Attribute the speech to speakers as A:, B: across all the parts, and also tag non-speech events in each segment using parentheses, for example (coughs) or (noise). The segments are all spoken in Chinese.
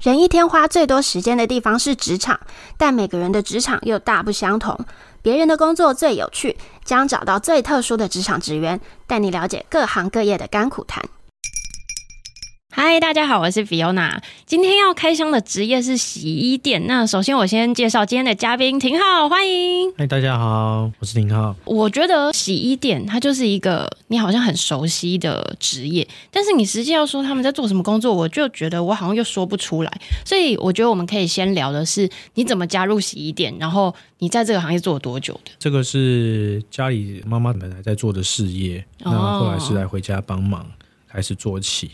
A: 人一天花最多时间的地方是职场，但每个人的职场又大不相同。别人的工作最有趣，将找到最特殊的职场职员，带你了解各行各业的甘苦谈。
B: 嗨，大家好，我是 Fiona。今天要开箱的职业是洗衣店。那首先我先介绍今天的嘉宾廷浩，欢迎。
C: 嗨，大家好，我是林浩。
B: 我觉得洗衣店它就是一个你好像很熟悉的职业，但是你实际要说他们在做什么工作，我就觉得我好像又说不出来。所以我觉得我们可以先聊的是你怎么加入洗衣店，然后你在这个行业做了多久的。
C: 这个是家里妈妈本来在做的事业，
B: 哦
C: 那后来是来回家帮忙开始做起。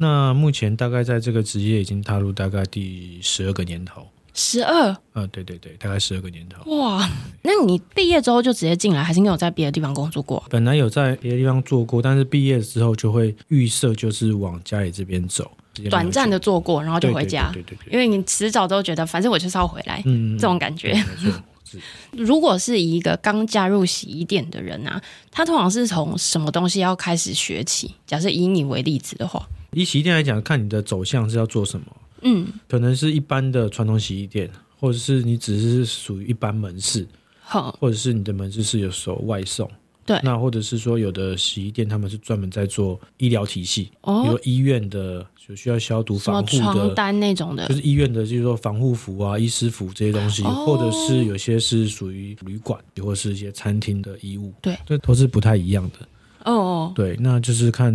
C: 那目前大概在这个职业已经踏入大概第十二个年头，
B: 十二
C: 呃，对对对，大概十二个年头。
B: 哇！那你毕业之后就直接进来，还是你有在别的地方工作过？
C: 本来有在别的地方做过，但是毕业之后就会预设就是往家里这边走，直接没有
B: 短暂的
C: 做
B: 做过，然后就
C: 对
B: 回
C: 对
B: 家。
C: 对对对
B: 因为你迟早都觉得，反正我就是要回来，
C: 嗯，
B: 这种感觉。
C: 没错。是
B: 如果是一个刚加入洗衣店的人啊，他通常是从什么东西要开始学起？假设以你为例子的话，
C: 以洗衣店来讲，看你的走向是要做什么。
B: 嗯，
C: 可能是一般的传统洗衣店，或者是你只是属于一般门市，
B: 好，
C: 或者是你的门市是有手外送。
B: 对
C: 那或者是说，有的洗衣店他们是专门在做医疗体系，比
B: 哦，
C: 如医院的有需要消毒
B: 什么
C: 防护
B: 床
C: 的，
B: 单那种的
C: 就，是医院的，就是说防护服啊、医师服这些东西，
B: 哦
C: 或者是有些是属于旅馆或是一些餐厅的衣物，
B: 对，
C: 这都是不太一样的。
B: 哦哦，
C: 对，那就是看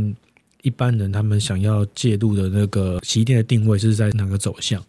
C: 一般人他们想要介入的那个洗衣店的定位是在哪个走向。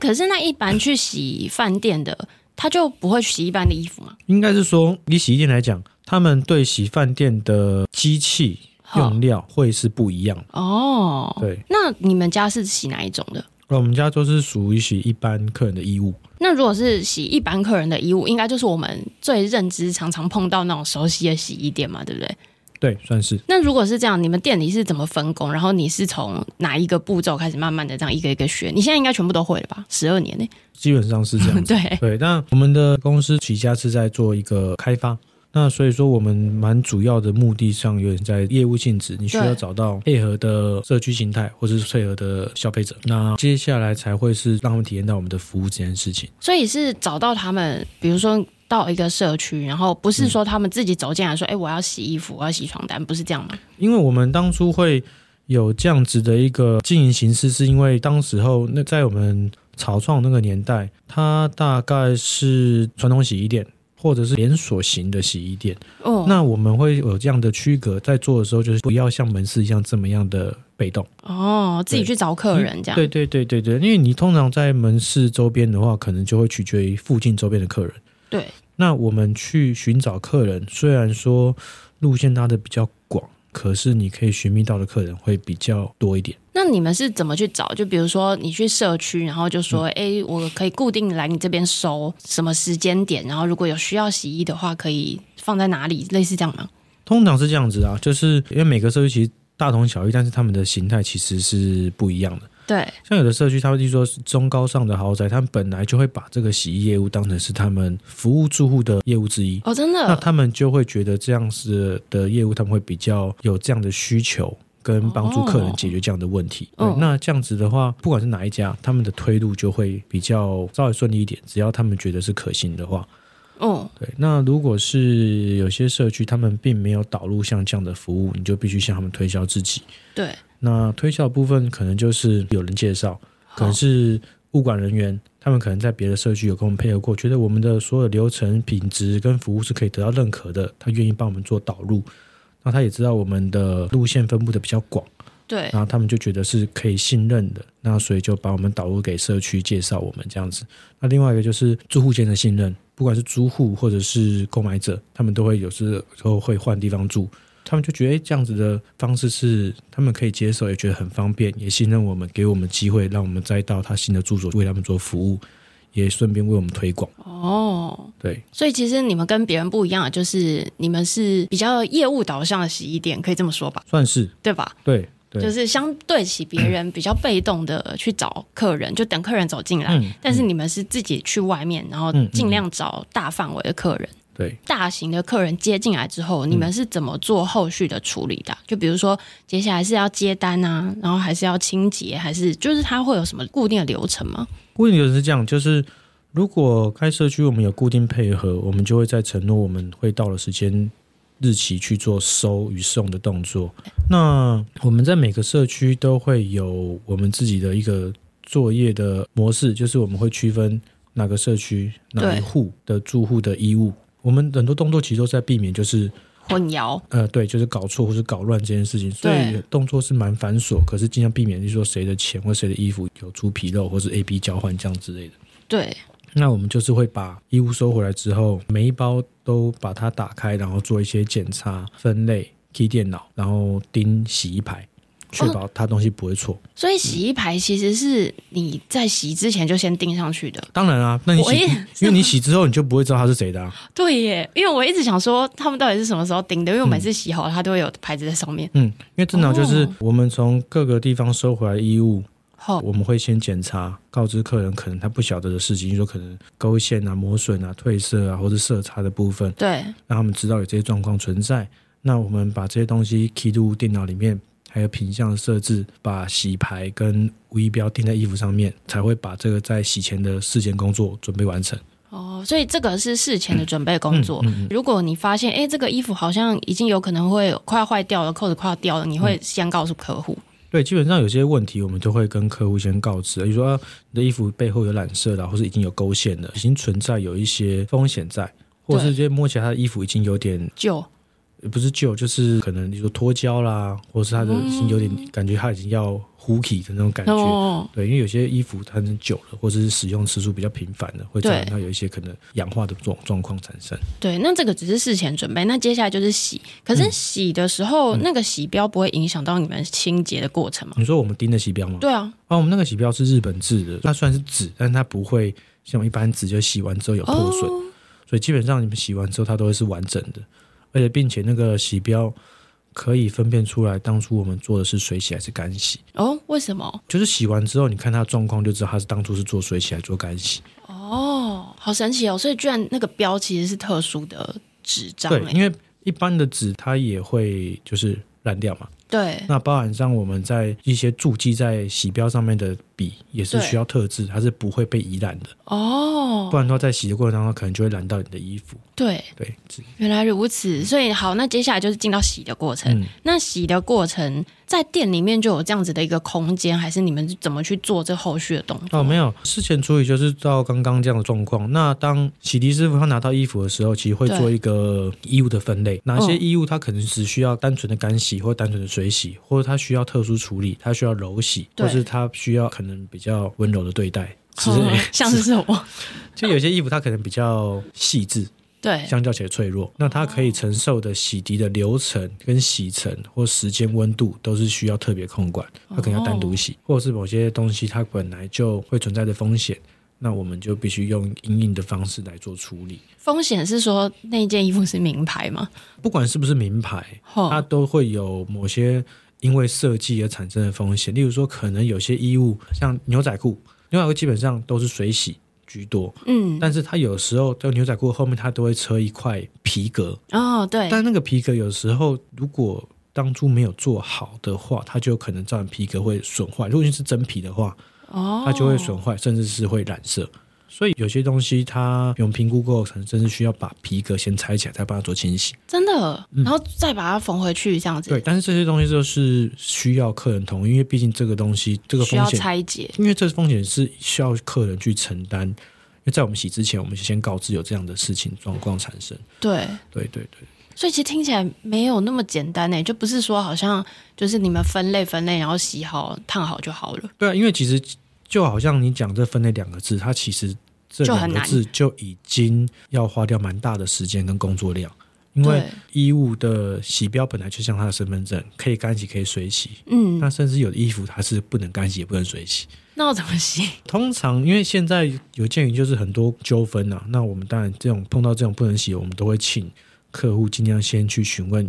B: 可是那一般去洗饭店 (coughs) 的，他就不会洗一般的衣服嘛？
C: 应该是说，以洗衣店来讲，他们对洗饭店的机器
B: 好
C: 用料会是不一样的。
B: 哦，
C: 对，
B: 那你们家是洗哪一种的？
C: 而我们家都是属于洗一般客人的衣物，
B: 那如果是洗一般客人的衣物，应该就是我们最认知常常碰到那种熟悉的洗衣店嘛，对不对？
C: 对，算是。
B: 那如果是这样，你们店里是怎么分工？然后你是从哪一个步骤开始，慢慢的这样一个一个学？你现在应该全部都会了吧？十二年呢、
C: 基本上是这样
B: (laughs)
C: 子。
B: 对，
C: 对，那我们的公司起家是在做一个开发，那所以说我们蛮主要的目的上有点在业务性质，你需要
B: 对
C: 找到配合的社区形态或是配合的消费者，那接下来才会是让他们体验到我们的服务这件事情。
B: 所以是找到他们，比如说到一个社区，然后不是说他们自己走进来说，哎、我要洗衣服，我要洗床单，不是这样吗？
C: 因为我们当初会有这样子的一个经营形式，是因为当时候那在我们草创那个年代，它大概是传统洗衣店或者是连锁型的洗衣店。
B: 哦，
C: 那我们会有这样的区隔，在做的时候就是不要像门市一样这么样的被动。
B: 哦，自己去找客人这样。
C: 对对对对对，因为你通常在门市周边的话，可能就会取决于附近周边的客人。
B: 对，
C: 那我们去寻找客人，虽然说路线拉的比较广，可是你可以寻觅到的客人会比较多一点。
B: 那你们是怎么去找？就比如说你去社区，然后就说，哎、我可以固定来你这边收什么时间点，然后如果有需要洗衣的话，可以放在哪里，类似这样吗？
C: 通常是这样子啊，就是因为每个社区其实大同小异，但是他们的形态其实是不一样的。
B: 对，
C: 像有的社区，他们就说是中高尚的豪宅，他们本来就会把这个洗衣业务当成是他们服务住户的业务之一。
B: 哦，真的，
C: 那他们就会觉得这样子的业务，他们会比较有这样的需求，跟帮助客人解决这样的问题。
B: 哦
C: 对那这样子的话，不管是哪一家，他们的推路就会比较稍微顺利一点，只要他们觉得是可行的话。
B: 哦，
C: 对，那如果是有些社区他们并没有导入像这样的服务，你就必须向他们推销自己。
B: 对，
C: 那推销的部分可能就是有人介绍，可
B: 好
C: 能是物管人员，他们可能在别的社区有跟我们配合过，觉得我们的所有流程、品质跟服务是可以得到认可的，他愿意帮我们做导入。那他也知道我们的路线分布的比较广，
B: 对，
C: 然后他们就觉得是可以信任的，那所以就把我们导入给社区介绍我们这样子。那另外一个就是住户间的信任，不管是租户或者是购买者，他们都会有时候会换地方住，他们就觉得诶这样子的方式是他们可以接受，也觉得很方便，也信任我们，给我们机会，让我们再到他新的住所为他们做服务，也顺便为我们推广。
B: 哦，
C: 对，
B: 所以其实你们跟别人不一样，就是你们是比较业务导向的洗衣店，可以这么说吧，
C: 算是
B: 对吧？
C: 对对，
B: 就是相对起别人比较被动的去找客人，就等客人走进来。
C: 嗯
B: 但是你们是自己去外面，然后
C: 嗯嗯
B: 尽量找大范围的客人。
C: 对，
B: 大型的客人接进来之
C: 嗯
B: 后，你们是怎么做后续的处理的啊？就比如说接下来是要接单啊，然后还是要清洁，还是就是它会有什么固定的流程吗？
C: 固定流程是这样，就是如果开社区我们有固定配合，我们就会在承诺我们会到了时间日期去做收与送的动作。那我们在每个社区都会有我们自己的一个作业的模式，就是我们会区分哪个社区哪
B: 对
C: 一户的住户的衣物。我们很多动作其实都在避免，就是
B: 混淆，
C: 呃，对，就是搞错或是搞乱这件事情，所以
B: 对
C: 动作是蛮繁琐，可是尽量避免，就是说谁的钱或谁的衣服有出纰漏，或是 A B 交换这样之类的。
B: 对，
C: 那我们就是会把衣物收回来之后，每一包都把它打开，然后做一些检查、分类、key 电脑，然后钉洗衣牌，
B: 哦
C: 确保它东西不会错。
B: 所以洗衣牌其实是你在洗之前就先钉上去的。
C: 当然啊，那你洗
B: 我也，
C: 因为你洗之后你就不会知道它是谁的、啊。
B: 对耶，因为我一直想说他们到底是什么时候钉的，因为我每次洗好了它都会有牌子在上面。
C: 嗯，因为正常就是
B: 哦
C: 我们从各个地方收回来的衣物，
B: 好、
C: 我们会先检查，告知客人可能他不晓得的事情，就是说可能勾线啊、磨损啊、褪色啊，或者色差的部分，
B: 对，
C: 让他们知道有这些状况存在。那我们把这些东西 key 入电脑里面，还有品相的设置，把洗牌跟无衣标钉在衣服上面，才会把这个在洗前的事前工作准备完成。
B: 哦，所以这个是事前的准备工作。如果你发现，哎、这个衣服好像已经有可能会快要坏掉了，扣子快要掉了，你会先告诉客户。
C: 对，基本上有些问题我们就会跟客户先告知，比如说、啊你的衣服背后有染色啦，或是已经有勾线了，已经存在有一些风险在，或者是
B: 对
C: 这些摸起来他的衣服已经有点
B: 就
C: 呃不是旧，就是可能你说脱胶啦，或是它的已经有点、感觉它已经要糊起的那种感觉。
B: 嗯哦，
C: 对，因为有些衣服它很久了，或者是使用次数比较频繁了，会造成
B: 对
C: 它有一些可能氧化的状状况产生。
B: 对，那这个只是事前准备，那接下来就是洗。可是洗的时候，那个洗标不会影响到你们清洁的过程吗？
C: 你说我们钉的洗标吗？
B: 嗯对啊，
C: 啊，我们那个洗标是日本制的，它虽然是纸，但是它不会像一般纸就洗完之后有破损，
B: 哦
C: 所以基本上你们洗完之后它都会是完整的，而且并且那个洗标可以分辨出来当初我们做的是水洗还是干洗。
B: 哦，为什么？
C: 就是洗完之后，你看它的状况就知道它是当初是做水洗还是做干洗。
B: 哦，好神奇哦！所以居然那个标其实是特殊的纸张、欸
C: 对，
B: 诶
C: 因为一般的纸它也会就是烂掉嘛。
B: 对
C: 那包含上我们在一些注记在洗标上面的笔也是
B: 对
C: 需要特制，它是不会被移染的，
B: 哦
C: 不，然的话在洗的过程当中可能就会染到你的衣服。
B: 对，
C: 对，是
B: 原来如此，所以好，那接下来就是进到洗的过程。
C: 嗯
B: 那洗的过程在店里面就有这样子的一个空间，还是你们怎么去做这后续的动作？
C: 哦，没有，事前处理就是照刚刚这样的状况。那当洗涤师傅他拿到衣服的时候，其实会
B: 对
C: 做一个衣物的分类，哪些
B: 嗯
C: 衣物它可能只需要单纯的干洗，或单纯的水洗，或者它需要特殊处理，它需要柔洗，或
B: 对
C: 是它需要可能比较温柔的对待之 (laughs)
B: 嗯
C: 类。
B: 像是什么？
C: 就有些衣服它可能比较细致，
B: 对，
C: 相较起来脆弱，那它可以承受的洗涤的流程跟洗程或时间温度都是需要特别控管，它可能要单独洗，或者是某些东西它本来就会存在的风险，那我们就必须用阴影的方式来做处理。
B: 风险是说那件衣服是名牌吗？
C: 不管是不是名牌，
B: 哦，
C: 它都会有某些因为设计而产生的风险，例如说可能有些衣物像牛仔裤，牛仔裤基本上都是水洗居多，
B: 嗯，
C: 但是它有时候在牛仔裤后面它都会车一块皮革。
B: 哦，对，
C: 但那个皮革有时候如果当初没有做好的话，它就有可能造成皮革会损坏。如果你是真皮的话，
B: 哦，
C: 它就会损坏，甚至是会染色。所以有些东西它有评估过程，甚至需要把皮革先拆起来，再帮它做清洗。
B: 真的，然后再把它缝回去，这样子，
C: 嗯对，，但是这些东西就是需要客人同意，因为毕竟这个东西这个
B: 需
C: 风
B: 要
C: 险
B: 拆解，
C: 因为这风险是需要客人去承担。因为在我们洗之前，我们先告知有这样的事情状况产生。
B: 对，
C: 对对对，
B: 所以其实听起来没有那么简单欸呢，就不是说好像就是你们分类分类，然后洗好烫好就好了。
C: 对啊，因为其实就好像你讲这分类两个字，它其实这
B: 就
C: 两
B: 很
C: 个
B: 难
C: 字就已经要花掉蛮大的时间跟工作量，因为
B: 对，
C: 衣物的洗标本来就像它的身份证，可以干洗可以水洗，
B: 嗯，
C: 那甚至有的衣服它是不能干洗也不能水洗。
B: 那要怎么
C: (laughs)
B: 洗？
C: 通常因为现在有鉴于就是很多纠纷啊，那我们当然这种碰到这种不能洗，我们都会请客户尽量先去询问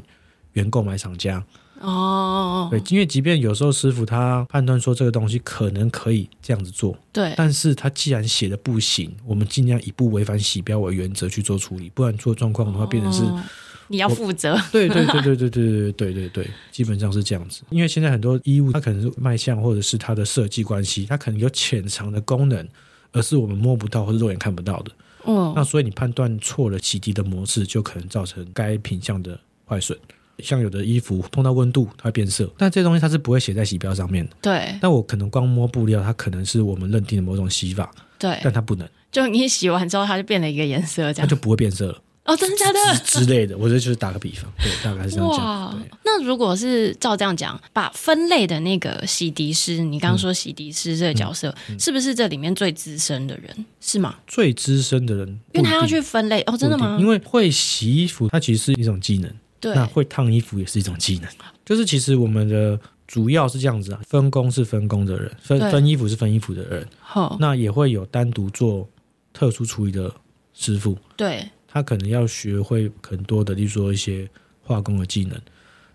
C: 原购买厂家，
B: 哦，
C: 对，因为即便有时候师傅他判断说这个东西可能可以这样子做，
B: 对，
C: 但是他既然写的不行，我们尽量以不违反洗标为原则去做处理，不然出了状况的话，变成是
B: 哦你要负责，
C: 对对对对对对对对对对，基本上是这样子。因为现在很多衣物，它可能是卖相或者是它的设计关系，它可能有潜藏的功能，而是我们摸不到或者肉眼看不到的。
B: 嗯
C: 那所以你判断错了洗涤的模式，就可能造成该品相的坏损。像有的衣服碰到温度它会变色，但这东西它是不会写在洗标上面的。
B: 对
C: 但我可能光摸布料，它可能是我们认定的某种洗法，
B: 对，
C: 但它不能，
B: 就你洗完之后，它就变了一个颜色，这
C: 它
B: 样
C: 就不会变色了
B: 哦，真的假的？
C: 之之类的。我这就是打个比方，对，大概是这样讲。
B: 哇
C: 对，
B: 那如果是照这样讲，把分类的那个洗涤师，你刚刚
C: 嗯
B: 说洗涤师这个角色，是不是这里面最资深的人？是吗？
C: 最资深的人不
B: 因
C: 一定，
B: 为他要去分类哦，真的
C: 不一
B: 吗
C: 定？因为会洗衣服，它其实是一种技能；
B: 对，
C: 那会烫衣服也是一种技能。就是其实我们的主要是这样子啊，分工是分工的人，分
B: 对哦
C: 分衣服是分衣服的人，
B: 好，
C: 那也会有单独做特殊处理的师傅，
B: 对，
C: 他可能要学会很多的，例如说一些化工的技能。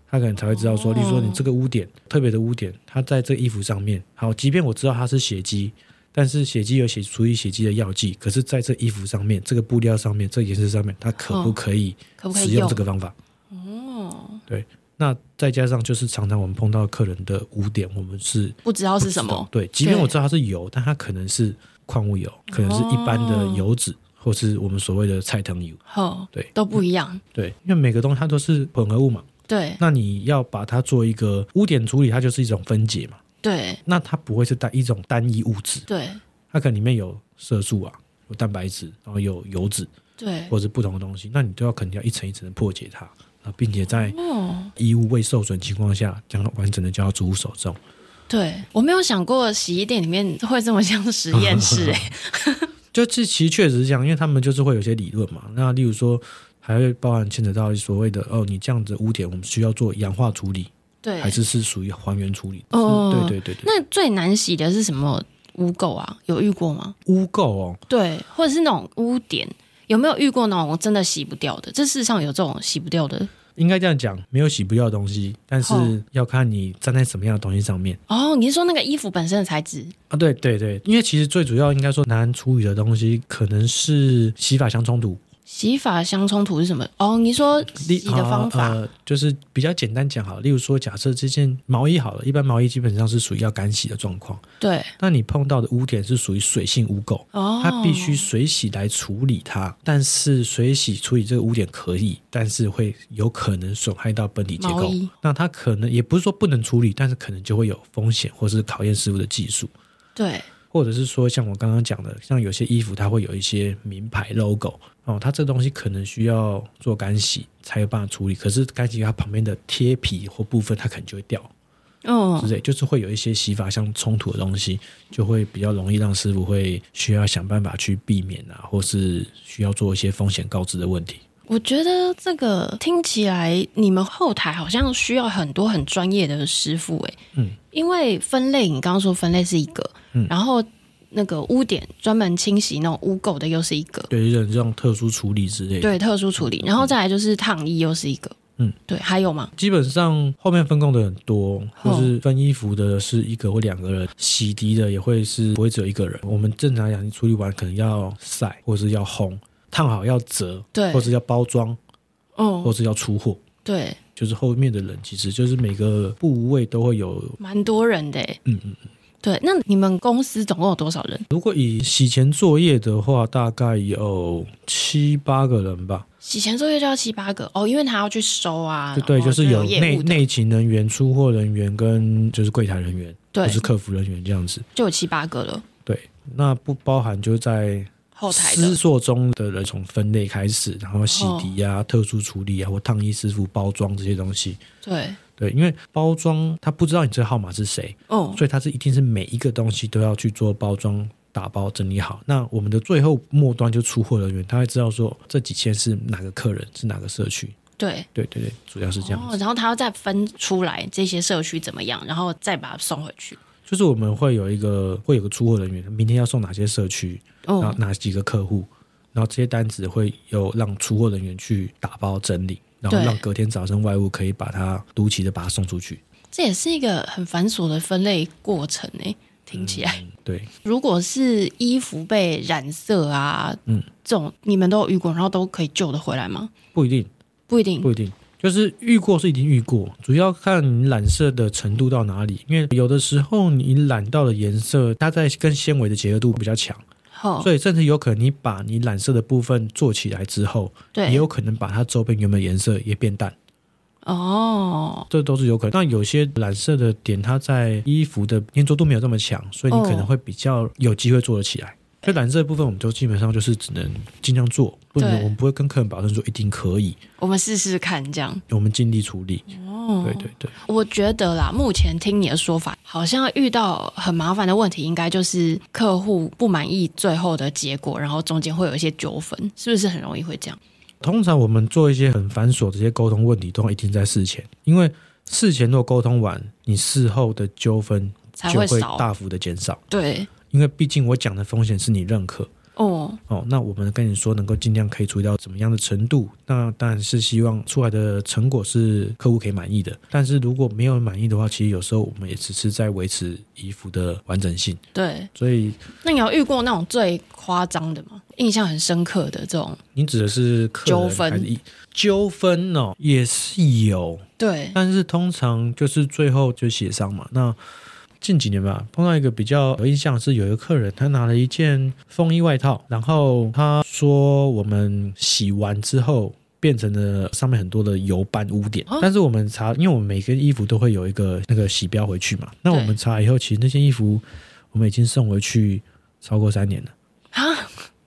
C: 他可能才会知道说，
B: 哦
C: 例如说你这个污点特别的污点，它在这个衣服上面。好，即便我知道它是血迹，但是血迹有写除以血迹的药剂，可是在这衣服上面、这个布料上面、这个颜色上面，它可不
B: 哦
C: 可以
B: 可不可
C: 使
B: 以用
C: 用这个方法。哦，对，那再加上就是常常我们碰到客人的污点，我们是
B: 不知道
C: 不
B: 哦是
C: 知
B: 什
C: 道
B: 么？
C: 对，即便
B: 对
C: 我知道它是油，但它可能是矿物油，可能是一般的
B: 哦
C: 油脂，或是我们所谓的菜藤油。
B: 好，
C: 对嗯
B: 都不一样。
C: 对，因为每个东西它都是混合物嘛，
B: 对
C: 那你要把它做一个污点处理，它就是一种分解嘛。
B: 对
C: 那它不会是单一种单一物质，
B: 对
C: 它可能里面有色素啊，有蛋白质，然后有油脂，
B: 对，
C: 或者是不同的东西，那你都要肯定要一层一层的破解它，那并且在
B: 哦，
C: 衣物未受损情况下，将它完整的交到主户手中。
B: 对我没有想过洗衣店里面会这么像实验
C: (laughs)
B: 室，哎，
C: 就这其实确实是这样，因为他们就是会有一些理论嘛。那例如说，还会包含牵扯到所谓的哦，你这样子污点，我们需要做氧化处理，
B: 对
C: 还，是是属于还原处理？
B: 哦
C: 嗯对对对对。
B: 那最难洗的是什么污垢啊？有遇过吗？
C: 污垢哦，
B: 对，或者是那种污点，有没有遇过那种真的洗不掉的？这世上有这种洗不掉的
C: 应该这样讲，没有洗不掉的东西，但
B: 哦
C: 是要看你站在什么样的东西上面
B: 哦？你是说那个衣服本身的材质？
C: 啊。对对对，因为其实最主要应该说难处理的东西，可能是洗法相冲突。
B: 洗法相冲突是什么？哦，你说洗
C: 例
B: 的方法、
C: 呃呃就是比较简单讲好了，例如说，假设这件毛衣好了，一般毛衣基本上是属于要干洗的状况，
B: 对
C: 那你碰到的污点是属于水性污垢，
B: 哦，
C: 它必须水洗来处理它，但是水洗处理这个污点可以，但是会有可能损害到本体结
B: 毛
C: 构
B: 衣，
C: 那它可能也不是说不能处理，但是可能就会有风险，或是考验师傅的技术。
B: 对
C: 或者是说，像我刚刚讲的，像有些衣服它会有一些名牌 logo 哦，它这东西可能需要做干洗才有办法处理。可是干洗它旁边的贴皮或部分，它可能就会掉
B: 哦
C: 之，类，就是会有一些洗法相冲突的东西，就会比较容易让师傅会需要想办法去避免啊，或是需要做一些风险告知的问题。
B: 我觉得这个听起来你们后台好像需要很多很专业的师傅哎、
C: 嗯，
B: 因为分类你刚刚说分类是一个，
C: 嗯
B: 然后那个污点专门清洗那种污垢的又是一个，
C: 对，就是这种特殊处理之类的。
B: 对，特殊处理，然后再来就是烫衣又是一个，
C: 嗯，
B: 对，还有吗？
C: 基本上后面分工的很多，
B: 哦
C: 就是分衣服的是一个或两个人，洗涤的也会是不会只有一个人。我们正常来讲，你处理完可能要晒，或者是要烘，烫好要折，
B: 对
C: 或者是要包装，或
B: 哦，
C: 者是要出货。
B: 对，
C: 就是后面的人，其实就是每个部位都会有。
B: 蛮多人的欸，
C: 嗯嗯，
B: 对。那你们公司总共有多少人？
C: 如果以洗前作业的话，大概有七八个人吧。
B: 洗前作业就要七八个哦，因为他要去收啊，
C: 就对，
B: 然后
C: 就是有
B: 业
C: 内
B: 务的
C: 内勤人员、出货人员跟就是柜台人员，
B: 对
C: 或，是客服人员这样子。
B: 就有七八个了。
C: 对，那不包含就是在
B: 后台
C: 思
B: 的
C: 索中的人从分类开始，然后洗涤
B: 哦
C: 啊、特殊处理啊或烫衣师傅包装这些东西。
B: 对，
C: 对，因为包装他不知道你这个号码是谁，
B: 哦，
C: 所以他是一定是每一个东西都要去做包装、打包、整理好。那我们的最后末端就出货人员，他会知道说这几千是哪个客人，是哪个社区。
B: 对，
C: 对对对，主要是这样
B: 哦
C: 子。，
B: 然后他要再分出来这些社区怎么样，然后再把它送回去。
C: 就是我们会有一个会有个出货人员，明天要送哪些社区，然后
B: 哦
C: 哪几个客户，然后这些单子会有让出货人员去打包整理。然后
B: 对
C: 让隔天早上外务可以把它如期的把它送出去。
B: 这也是一个很繁琐的分类过程诶、听起来。
C: 嗯对，
B: 如果是衣服被染色啊，
C: 嗯
B: 嗯，这种你们都有遇过，然后都可以救得回来吗？
C: 不一定，
B: 不一定
C: 不一定。就是遇过是已经遇过，主要看你染色的程度到哪里。因为有的时候你染到的颜色，它在跟纤维的结合度比较强，
B: 哦，
C: 所以甚至有可能你把你染色的部分做起来之后，也
B: 对
C: 有可能把它周边原本的颜色也变淡，
B: 哦，
C: 这都是有可能。但有些染色的点，它在衣服的粘着度没有这么强，所以你
B: 哦
C: 可能会比较有机会做得起来。所以染色的部分，我们就基本上就是只能尽量做，不能
B: 对
C: 我们不会跟客人保证说一定可以，
B: 我们试试看这样。
C: 我们尽力处理。
B: 哦，
C: 对对对。
B: 我觉得啦，目前听你的说法，好像遇到很麻烦的问题，应该就是客户不满意最后的结果，然后中间会有一些纠纷，是不是很容易会这样？
C: 通常我们做一些很繁琐的一些沟通问题，都一定在事前，因为事前若沟通完，你事后的纠纷
B: 才
C: 就
B: 会
C: 会
B: 少
C: 大幅的减少。
B: 对
C: 因为毕竟我讲的风险是你认可
B: 哦，
C: 哦，那我们跟你说能够尽量可以处理到怎么样的程度，那当然是希望出来的成果是客户可以满意的。但是如果没有满意的话，其实有时候我们也只是在维持衣服的完整性，
B: 对。
C: 所以。
B: 那你有遇过那种最夸张的吗？印象很深刻的这种？
C: 你指的是客人
B: 纠纷
C: 还是衣纠纷哦，也是有，
B: 对，
C: 但是通常就是最后就协商嘛。那近几年吧，碰到一个比较有印象是，有一个客人他拿了一件风衣外套，然后他说我们洗完之后。变成了上面很多的油斑污点
B: 哦，
C: 但是我们查，因为我们每件衣服都会有一个那个洗标回去嘛，那我们
B: 对
C: 查以后，其实那件衣服我们已经送回去超过三年了。
B: 啊，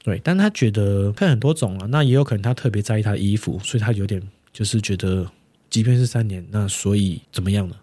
C: 对，但他觉得看很多种啊，那也有可能他特别在意他的衣服，所以他有点就是觉得，即便是三年，那所以怎么样呢？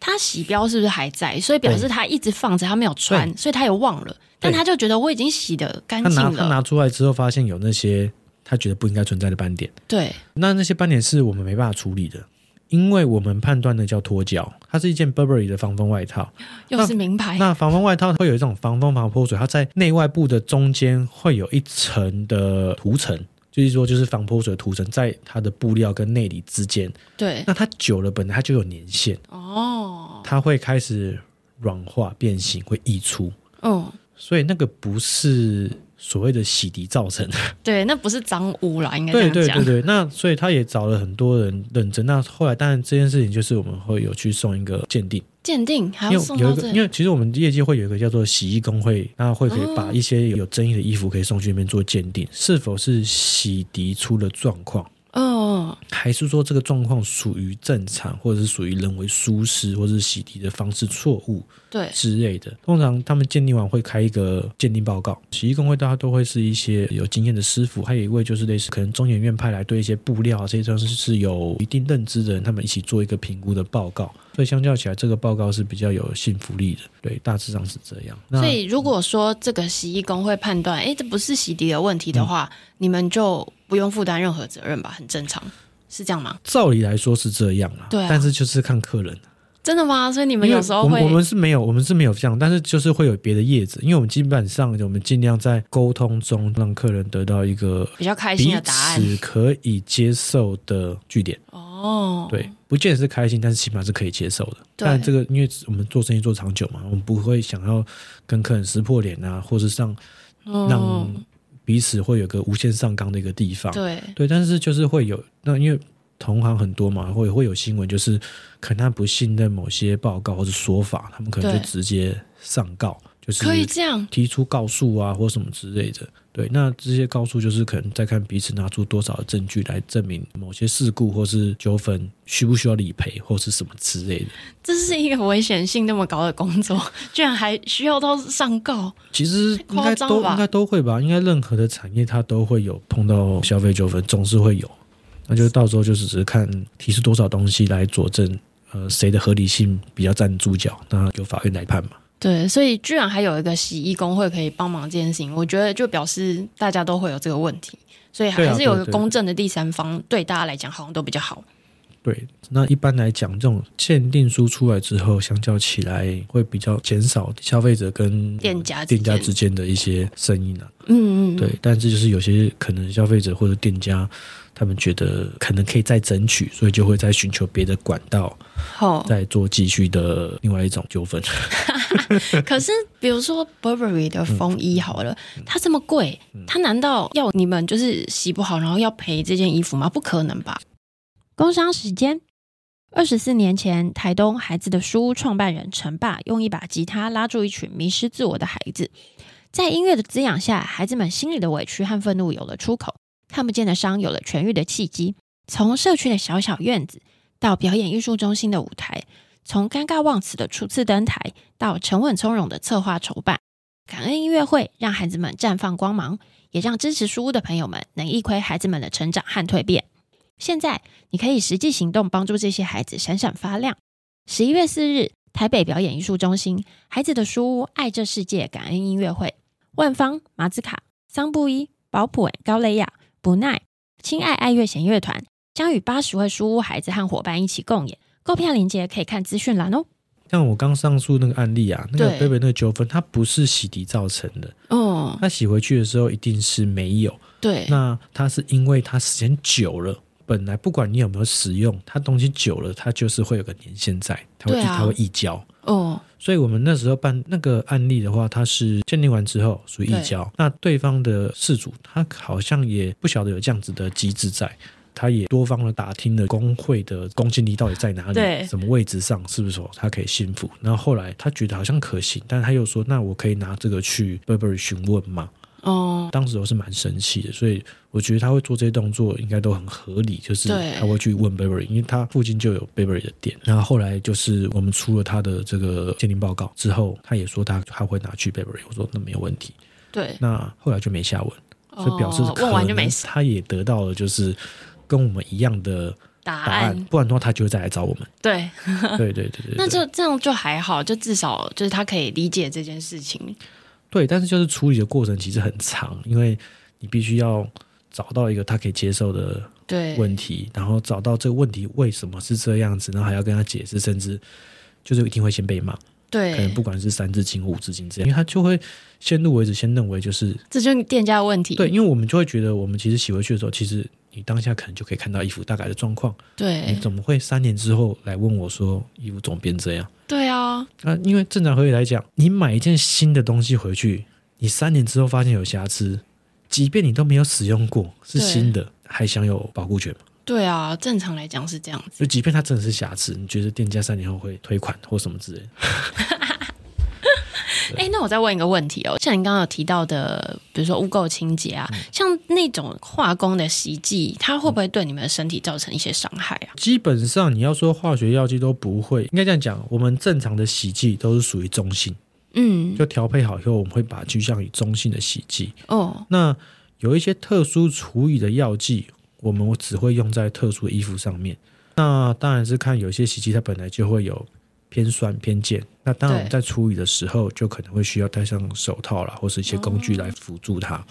B: 他洗标是不是还在？所以表示
C: 对
B: 他一直放着，他没有穿，所以他也忘了。但他就觉得我已经洗的干
C: 他
B: 净
C: 拿他
B: 了，
C: 拿出来之后，发现有那些他觉得不应该存在的斑点，
B: 对，
C: 那那些斑点是我们没办法处理的，因为我们判断的叫脱胶，它是一件 Burberry 的防风外套。
B: 又是名牌，
C: 那防风外套会有一种防风防泼水，它在内外部的中间会有一层的涂层，就是说就是防泼水的涂层在它的布料跟内里之间。
B: 对，
C: 那它久了本来它就有粘线，
B: 哦，
C: 它会开始软化变形，会溢出，
B: 嗯，
C: 所以那个不是所谓的洗涤造成的。
B: 对，那不是脏污 (laughs) 啦，应该这
C: 对
B: 样
C: 对
B: 讲。
C: 对对，那所以他也找了很多人认证。那后来当然这件事情就是我们会有去送一个鉴定，
B: 鉴定还
C: 因
B: 要
C: 为
B: 送
C: 有
B: 到
C: 一个
B: 这，
C: 因为其实我们业界会有一个叫做洗衣工会，那会可以把一些有争议的衣服可以送去那边做鉴定，是否是洗涤出了状况。
B: 哦，
C: 还是说这个状况属于正常，或者是属于人为疏失，或者是洗涤的方式错误？
B: 对，
C: 之类的。通常他们鉴定完会开一个鉴定报告，洗衣工会大家都会是一些有经验的师傅，还有一位就是类似可能中研院派来对一些布料啊这些东西是有一定认知的人，他们一起做一个评估的报告。所以相较起来，这个报告是比较有信服力的。对，大致上是这样。那
B: 所以如果说这个洗衣工会判断，哎，这不是洗涤的问题的话，你们就不用负担任何责任吧，很正常，是这样吗？
C: 照理来说是这样啦，
B: 对啊
C: 但是就是看客人。
B: 真的吗？所以你们
C: 因为
B: 有时候
C: 我们
B: 会
C: 我们是没有，我们是没有这样，但是就是会有别的叶子，因为我们基本上我们尽量在沟通中让客人得到一个
B: 比较开心
C: 彼
B: 的答案
C: 此可以接受的据点，
B: 哦，
C: 对，不见得是开心，但是起码是可以接受的。
B: 对
C: 但这个因为我们做生意做长久嘛，我们不会想要跟客人撕破脸啊，或是让
B: 哦，
C: 让彼此会有个无限上纲的一个地方。
B: 对，
C: 对，但是就是会有那因为同行很多嘛，会会有新闻，就是可能他不信任某些报告或者说法，他们可能就
B: 对
C: 直接上告，就是
B: 可以这样
C: 提出告诉啊，或什么之类的。对，那这些告诉就是可能再看彼此拿出多少的证据来证明某些事故或是纠纷需不需要理赔或是什么之类的。
B: 这是一个危险性那么高的工作， (laughs) 居然还需要到上告，
C: 其实应
B: 太夸
C: 该
B: 张了
C: 都
B: 吧
C: 应该都会吧，应该任何的产业它都会有碰到消费纠纷，总是会有。那就到时候就只是看提出多少东西来佐证，呃，谁的合理性比较站住脚，那由法院来判嘛。
B: 对，所以居然还有一个洗衣工会可以帮忙这件事情，我觉得就表示大家都会有这个问题，所以
C: 对啊
B: 还是有一个
C: 对对
B: 公正的第三方，对大家来讲好像都比较好。
C: 对，那一般来讲，这种限定书出来之后，相较起来会比较减少消费者跟
B: 店家之
C: 店家
B: 间
C: 之间的一些声音啊。
B: 嗯嗯，嗯
C: 对，，但这就是有些可能消费者或者店家，他们觉得可能可以再争取，所以就会再寻求别的管
B: 哦
C: 道，
B: 好。
C: 再做继续的另外一种纠纷。 (laughs)
B: 可是比如说 Burberry 的风衣好了，它这么贵，它难道要你们就是洗不好，然后要赔这件衣服吗？不可能吧。工商时间。二十四年前，台东孩子的书屋创办人陈爸用一把吉他拉住一群迷失自我的孩子，在音乐的滋养下，孩子们心里的委屈和愤怒有了出口，看不见的伤有了痊愈的契机。从社区的小小院子，到表演艺术中心的舞台，从尴尬忘词的初次登台，到沉稳从容的策划筹办。感恩音乐会让孩子们绽放光芒，也让支持书屋的朋友们能一窥孩子们的成长和蜕变。现在你可以实际行动，帮助这些孩子闪闪发亮。十一月四日，台北表演艺术中心孩子的书屋“爱这世界”感恩音乐会，万芳、马子卡、桑布伊、保普、高蕾雅、不奈、亲爱爱乐弦乐团将与八十位书屋孩子和伙伴一起共演。购票链接可以看资讯栏哦。
C: 像我刚上述那个案例啊，那个
B: 对
C: b a 那个纠纷，它不是洗涤造成的，
B: 哦，
C: 它洗回去的时候一定是没有。
B: 对，
C: 那它是因为它时间久了，本来不管你有没有使用，它东西久了，它就是会有个年限在，它会、
B: 对啊
C: 它会溢胶。
B: 哦，
C: 所以我们那时候办那个案例的话，它是鉴定完之后属于
B: 对
C: 移交，那对方的事主他好像也不晓得有这样子的机制在。他也多方的打听了工会的公信力到底在哪
B: 对
C: 里，什么位置上，是不是说他可以信服？然后后来他觉得好像可行，但他又说，那我可以拿这个去 Burberry 询问吗？
B: 哦，
C: 当时我是蛮生气的，所以我觉得他会做这些动作应该都很合理，就是
B: 对
C: 他会去问 Burberry，因为他附近就有 Burberry 的店。然后后来就是我们出了他的这个鉴定报告之后，他也说他他会拿去 Burberry，我说那没有问题。
B: 对，
C: 那后来就没下文，所以表示
B: 哦问完就没事
C: 他也得到了就是跟我们一样的
B: 答
C: 答案，不然的话他就会再来找
B: (laughs)
C: 我们。
B: 对，
C: 对对对对对，
B: 嗯那就这样就还好，就至少就是他可以理解这件事情。
C: 对，但是就是处理的过程其实很长，因为你必须要找到一个他可以接受的
B: 对，
C: 问题，然后找到这个问题为什么是这样子，然后还要跟他解释，甚至就是一定会先被骂，可能
B: 对
C: 不，管是三字经、五字经这样，因为他就会先入为主，先认为就是
B: 这就是店家的问题。
C: 对，因为我们就会觉得，我们其实洗回去的时候，其实你当下可能就可以看到衣服大概的状况，你
B: 对，
C: 怎么会三年之后来问我说衣服怎么变这样？
B: 对啊，
C: 啊，因为正常合理来讲，你买一件新的东西回去，你三年之后发现有瑕疵，即便你都没有使用过，是
B: 对
C: 新的，还享有保护权吗？
B: 对啊，正常来讲是这样子。
C: 就即便它真的是瑕疵，你觉得店家三年后会退款或什么之类的？
B: 哎、那我再问一个问题哦，像你刚刚有提到的，比如说污垢清洁
C: 嗯
B: 啊，像那种化工的洗剂，它会不会对你们的身体造成一些伤害啊？
C: 基本上你要说化学药剂都不会，应该这样讲，我们正常的洗剂都是属于中性，
B: 嗯，
C: 就调配好以后，我们会把它趋向于中性的洗剂。
B: 哦，
C: 那有一些特殊处理的药剂，我们只会用在特殊的衣服上面。那当然是看有些洗剂它本来就会有偏酸偏碱，那当然我们
B: 对
C: 在处理的时候就可能会需要戴上手套啦，或是一些工具来辅助它。哦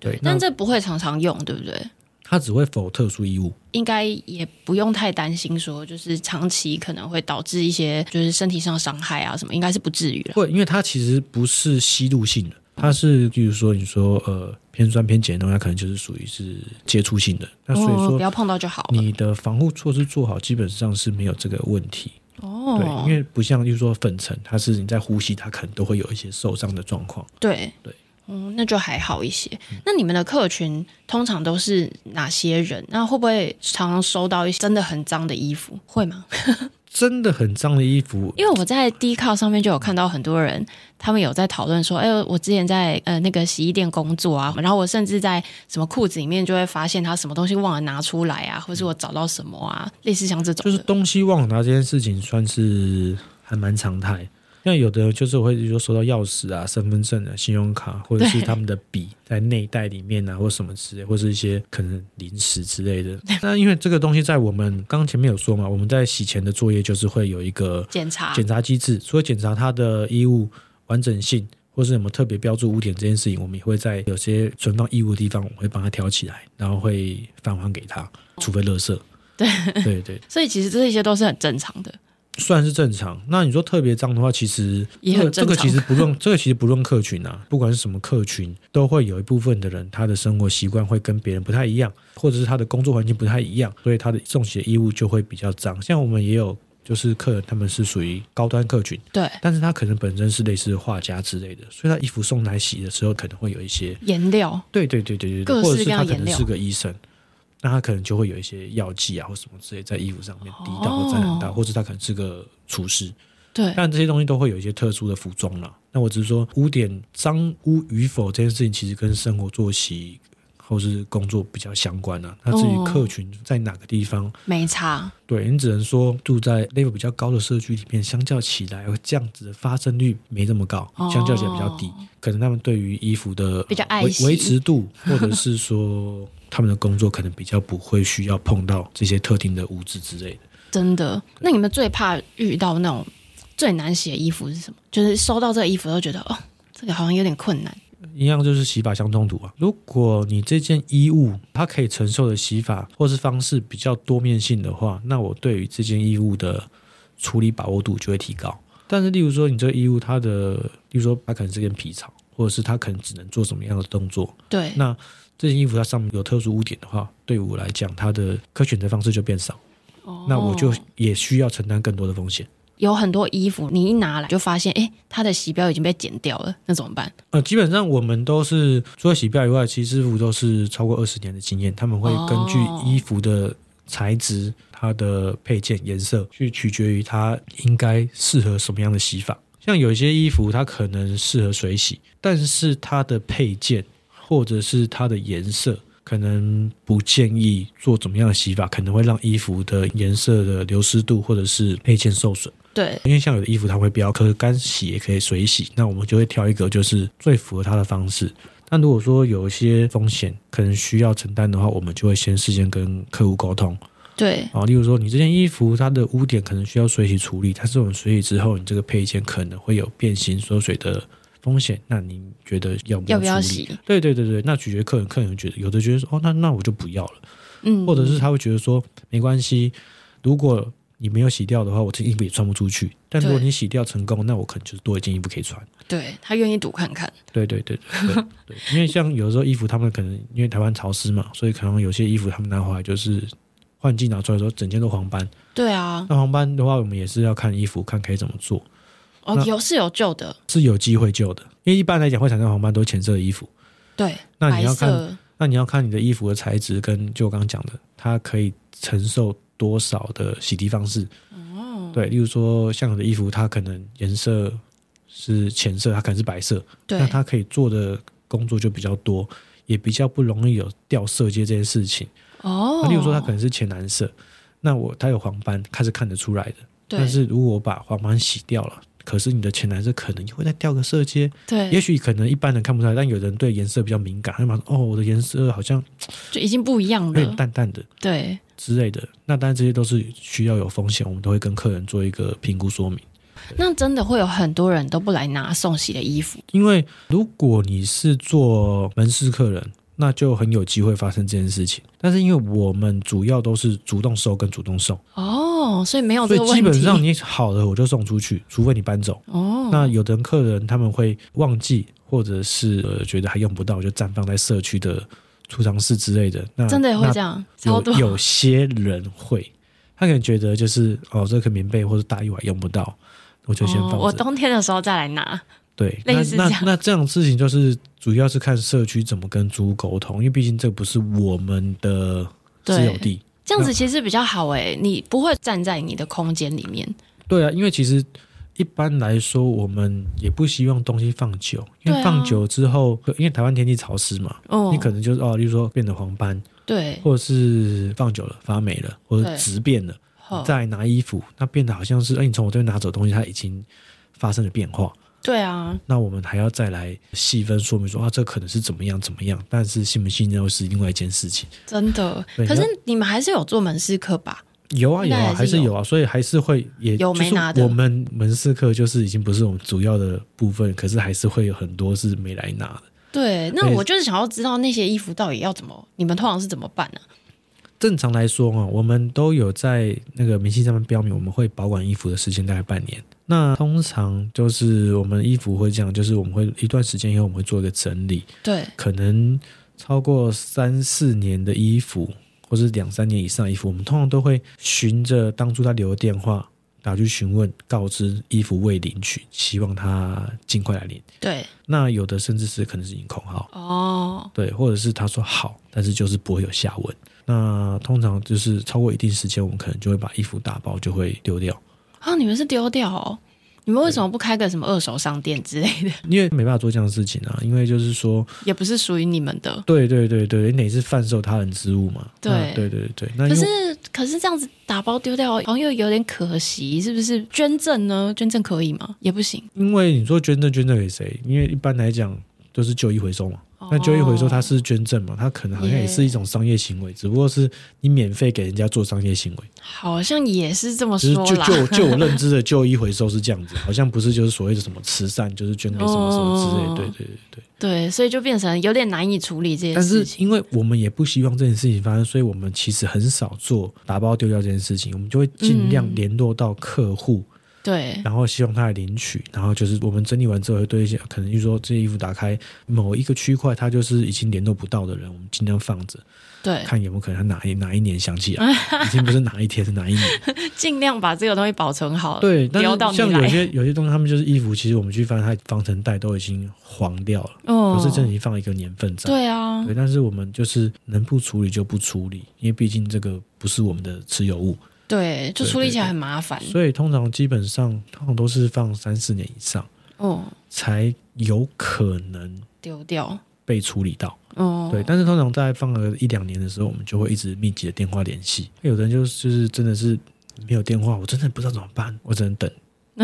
C: 对，那
B: 但这不会常常用，对不对？
C: 它只会否特殊衣物。
B: 应该也不用太担心，说就是长期可能会导致一些就是身体上的伤害啊什么，应该是不至于了。
C: 会，因为它其实不是吸入性的，它是，比如说你说呃偏酸偏碱的东西，它可能就是属于是接触性的。那所以
B: 哦，
C: 说
B: 不要碰到就好了。
C: 你的防护措施做好，基本上是没有这个问题。
B: 哦
C: 对，因，为不像就是说粉尘，它是你在呼吸，它可能都会有一些受伤的状况。
B: 对
C: 对，嗯
B: 嗯，那就还好一些。那你们的客群通常都是哪些人？那会不会常常收到一些真的很脏的衣服？会吗？
C: 真的很脏的衣服，
B: 因为我在 d 靠上面就有看到很多人，他们有在讨论说，哎、我之前在呃那个洗衣店工作啊，然后我甚至在什么裤子里面就会发现他什么东西忘了拿出来啊，或是我找到什么啊，类似像这种的，
C: 就是东西忘了拿这件事情，算是还蛮常态。那有的就是我会比如说收到钥匙啊、身份证啊、信用卡，或者是
B: 对
C: 他们的笔在内袋里面啊，或什么之类，或是一些可能零食之
B: (laughs)
C: 类的。那因为这个东西在我们刚刚前面有说嘛，我们在洗前的作业就是会有一个
B: 检查
C: 检查机制，除了检查它的衣物完整性，或是有没有特别标注污点这件事情，我们也会在有些存放衣物的地方，我们会帮它挑起来，然后会返还给他，除非垃圾。
B: 对
C: 对对，
B: 所以其实这些都是很正常的。
C: 算是正常。那你说特别脏的话，其实
B: 也
C: 这个
B: 很
C: 这
B: 正
C: 个
B: 常
C: 其实不论这个其实不论客群啊，不管是什么客群，都会有一部分的人他的生活习惯会跟别人不太一样，或者是他的工作环境不太一样，所以他的送洗的衣物就会比较脏。像我们也有。就是客人，他们是属于高端客群，
B: 对，
C: 但是他可能本身是类似画家之类的，所以他衣服送来洗的时候，可能会有一些
B: 颜料
C: 对对对对对
B: 各
C: 对，
B: 式
C: 或者是
B: 各
C: 他
B: 样
C: 可
B: 颜
C: 能
B: 料
C: 是个医生，那他可能就会有一些药剂啊或什么之类在衣服上面滴到或沾染到，
B: 哦
C: 或者他可能是个厨师，
B: 对
C: 但这些东西都会有一些特殊的服装啦。那我只是说污点脏污与否这件事情，其实跟生活作息或是工作比较相关啊。那至于
B: 哦
C: 客群在哪个地方，
B: 没差，
C: 对你只能说住在 level 比较高的社区里面，相较起来这样子的发生率没这么高，
B: 哦
C: 相较起来比较低。可能他们对于衣服的
B: 比较
C: 呃
B: 爱
C: 维
B: 惜
C: 维持度，或者是说他们的工作可能比较不会需要碰到这些特定的物质之类的。
B: 真的。那你们最怕遇到那种最难洗的衣服是什么？就是收到这个衣服都觉得哦，这个好像有点困难。
C: 一样就是洗法相冲突啊。如果你这件衣物它可以承受的洗法或是方式比较多面性的话，那我对于这件衣物的处理把握度就会提高。但是，例如说你这个衣物它的，例如说它可能是件皮草，或者是它可能只能做什么样的动作，
B: 对，
C: 那这件衣服它上面有特殊污点的话，对我来讲，它的可选择方式就变少，
B: 哦
C: 那我就也需要承担更多的风险。
B: 有很多衣服，你一拿来就发现，哎，它的洗标已经被剪掉了，那怎么办？
C: 呃，基本上我们都是除了洗标以外，其实师傅都是超过二十年的经验，他们会根据
B: 哦
C: 衣服的材质、它的配件、颜色，去取决于它应该适合什么样的洗法。像有一些衣服，它可能适合水洗，但是它的配件或者是它的颜色，可能不建议做怎么样的洗法，可能会让衣服的颜色的流失度或者是配件受损。
B: 对，
C: 因为像有的衣服它会标，可是干洗也可以水洗，那我们就会挑一个就是最符合它的方式。但如果说有一些风险可能需要承担的话，我们就会先事先跟客户沟通
B: 对，
C: 啊。例如说，你这件衣服它的污点可能需要水洗处理，但是我们水洗之后，你这个配件可能会有变形缩水的风险，那您觉得要不
B: 要不要
C: 处理？
B: 洗？
C: 对对对对，那取决于客人，客人觉得有的觉得说，哦，那那我就不要了。
B: 嗯，
C: 或者是他会觉得说没关系，如果你没有洗掉的话，我这件衣服也穿不出去。但如果
B: 对
C: 你洗掉成功，那我可能就是多一件衣服可以穿。
B: 对他愿意赌看看。
C: 对对对对对对，因为像有的时候衣服他们可能因为台湾潮湿嘛，所以可能有些衣服他们拿回来就是换季拿出来的时候，整件都黄斑。
B: 对啊，
C: 那黄斑的话，我们也是要看衣服，看可以怎么做，
B: 哦，
C: 那
B: 有是有救的，
C: 是有机会救的。因为一般来讲会产生黄斑都是浅色的衣服，
B: 对，
C: 那你
B: 白
C: 要看
B: 色
C: 那你要看你的衣服的材质，跟就我刚刚讲的，它可以承受多少的洗涤方式。哦，对，例如说像我的衣服，它可能颜色是浅色，它可能是白色，
B: 对
C: 那，它可以做的工作就比较多，也比较不容易有掉色阶这件事情。
B: 哦
C: 那，例如说它可能是浅蓝色，那我它有黄斑，它是看得出来的。
B: 对，
C: 但是如果我把黄斑洗掉了，可是你的浅蓝色可能又会再掉个色阶，
B: 对，
C: 也许可能一般人看不出来，但有的人对颜色比较敏感，他们说哦，我的颜色好像
B: 就已经不一样
C: 有点
B: 了，
C: 淡淡的
B: 对。
C: 之类的。那当然这些都是需要有风险，我们都会跟客人做一个评估说明。
B: 那真的会有很多人都不来拿送洗的衣服，
C: 因为如果你是做门市客人，那就很有机会发生这件事情。但是因为我们主要都是主动收跟主动送，
B: 哦，所以没有
C: 所
B: 这个
C: 以
B: 问题。
C: 基本上你好了我就送出去，除非你搬走。
B: 哦，
C: 那有的客人他们会忘记，或者是呃觉得还用不到，就暂放在社区的储藏室之类的。那
B: 真的会
C: 那
B: 这样，超
C: 有
B: 多
C: 有些人会，他可能觉得就是哦，这个棉被或者大衣我还用不到，我就先放着。
B: 哦。我冬天的时候再来拿，
C: 对，
B: 类
C: 那
B: 似
C: 那
B: 这样
C: 那这样的事情就是主要是看社区怎么跟租户沟通，因为毕竟这不是我们的私有地。
B: 这样子其实比较好诶、你不会站在你的空间里面，
C: 对啊，因为其实一般来说，我们也不希望东西放久，因为
B: 对啊
C: 放久之后，因为台湾天气潮湿嘛，
B: 哦，
C: 你可能就是哦，例如说变得黄斑，
B: 对，
C: 或者是放久了发霉了，或者
B: 对
C: 直变了。
B: 好
C: 再拿衣服，那变得好像是，哎、你从我这边拿走的东西，它已经发生了变化。
B: 对啊，
C: 那我们还要再来细分说明说啊，这可能是怎么样怎么样，但是信不信又是另外一件事情。
B: 真的。
C: 对
B: 可是
C: 那
B: 你们还是有做门市课吧？
C: 有啊
B: 应
C: 有
B: 该
C: 啊，还
B: 还是
C: 是有啊，所以还是会也
B: 有
C: 就是
B: 没拿的
C: 我们门市课就是已经不是我们主要的部分，可是还是会有很多是没来拿的。
B: 对，那
C: 对
B: 我就是想要知道那些衣服到底要怎么，你们通常是怎么办呢、啊
C: 正常来说啊，我们都有在那个明细上面标明，我们会保管衣服的时间大概半年。那通常就是我们衣服会这样，就是我们会一段时间以后，我们会做一个整理，
B: 对，
C: 可能超过三四年的衣服，或是两三年以上的衣服，我们通常都会循着当初他留的电话打去询问，告知衣服未领取，希望他尽快来领。
B: 对，
C: 那有的甚至是可能是已经空号，
B: 哦，
C: 对，或者是他说好，但是就是不会有下文。那通常就是超过一定时间，我们可能就会把衣服打包，就会丢掉，
B: 啊，你们是丢掉哦？你们为什么不开个什么二手商店之类的？ (laughs)
C: 因为没办法做这样的事情啊。因为就是说，
B: 也不是属于你们的。
C: 对对对对，你是贩售他人之物嘛？
B: 对
C: 那对对对。那因
B: 可
C: 为
B: 是，可是这样子打包丢掉，好像又有点可惜，是不是？捐赠呢？捐赠可以吗？也不行。
C: 因为你说捐赠捐赠给谁？因为一般来讲都是旧衣回收嘛。
B: 哦
C: 那旧衣回收它是捐赠嘛？它可能好像也是一种商业行为，只不过是你免费给人家做商业行为。
B: 好像也是这么
C: 只是
B: 哦说
C: 就
B: 啦。 (laughs)
C: 就就我认知的旧衣回收是这样子，好像不是就是所谓的什么慈善，就是捐给什么什么之类。
B: 哦
C: 对对对对。
B: 对，所以就变成有点难以处理这件
C: 但
B: 事
C: 是
B: 情。
C: 因为我们也不希望这件事情发生，所以我们其实很少做打包丢掉这件事情，我们就会尽量
B: 嗯
C: 联络到客户，
B: 对，
C: 然后希望他来领取，然后就是我们整理完之后，会对一些可能就是说这些衣服打开某一个区块，它就是已经联络不到的人，我们尽量放着，
B: 对，
C: 看有没有可能他哪一哪一年想起来，已经不是哪一天是哪一年。
B: (laughs) (laughs) 尽量把这个东西保存好。
C: 对，但
B: 聊到
C: 是
B: 你
C: 像有
B: 来
C: 些有些东西，他们就是衣服，其实我们去翻它防尘袋都已经黄掉了，
B: 哦，
C: 可是这已经放一个年份在。
B: 对啊，
C: 对，但是我们就是能不处理就不处理，因为毕竟这个不是我们的持有物，
B: 对，就
C: 对
B: 处理
C: 对
B: 起来
C: 对
B: 很麻烦。
C: 所以通常基本上通常都是放三四年以上
B: 哦，
C: 才有可能
B: 丢掉。
C: 被处理到。
B: 哦，
C: 对，但是通常在放了一两年的时候，我们就会一直密集的电话联系。有的人就是就是真的是没有电话，我真的不知道怎么办，我只能等。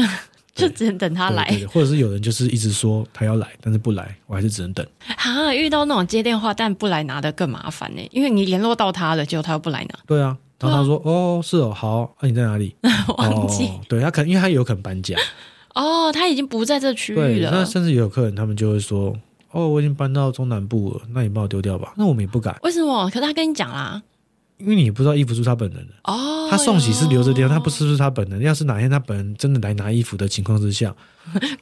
B: (laughs) 就只能等他
C: 对对
B: 来
C: 对或者是有人就是一直说他要来，但是不来，我还是只能等。
B: 啊！遇到那种接电话但不来拿的更麻烦呢、因为你联络到他了，结果他又不来拿，
C: 对啊，然后他说：“哦，是哦，好，那、你在哪里？”
B: (laughs) 忘记
C: 哦、对他可能因为他有可能
B: (laughs)
C: 搬家，
B: 哦他已经不在这区
C: 对
B: 域，
C: 那
B: 了。
C: 甚至有客人他们就会说：“哦，我已经搬到中南部了，那你帮我丢掉吧。”那我们也不敢，
B: 为什么？可是他跟你讲啦，
C: 因为你不知道衣服是不是他本人的，
B: 哦，
C: 他送洗是留着丢，
B: 哟
C: 他不是不是他本人。要是哪天他本人真的来拿衣服的情况之下，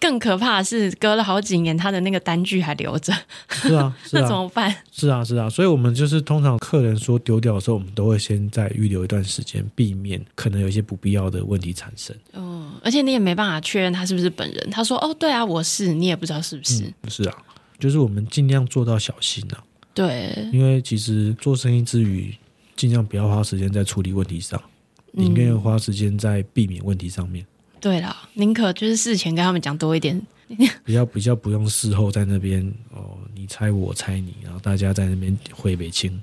B: 更可怕的是，隔了好几年，他的那个单据还留着，
C: 是
B: (laughs)
C: 啊，是
B: 那怎
C: 啊，
B: 么办？
C: 是啊，是啊，所以我们就是通常客人说丢掉的时候，我们都会先再预留一段时间，避免可能有一些不必要的问题产生。
B: 嗯，而且你也没办法确认他是不是本人。他说：“哦，对啊，我是。”你也不知道是不是。
C: 嗯，是啊，就是我们尽量做到小心啊，
B: 对，
C: 因为其实做生意之余，尽量不要花时间在处理问题上，
B: 嗯
C: 宁愿花时间在避免问题上面，
B: 对啦，宁可就是事前跟他们讲多一点。
C: 比较比较不用事后在那边哦，你猜我猜你，然后大家在那边会北清。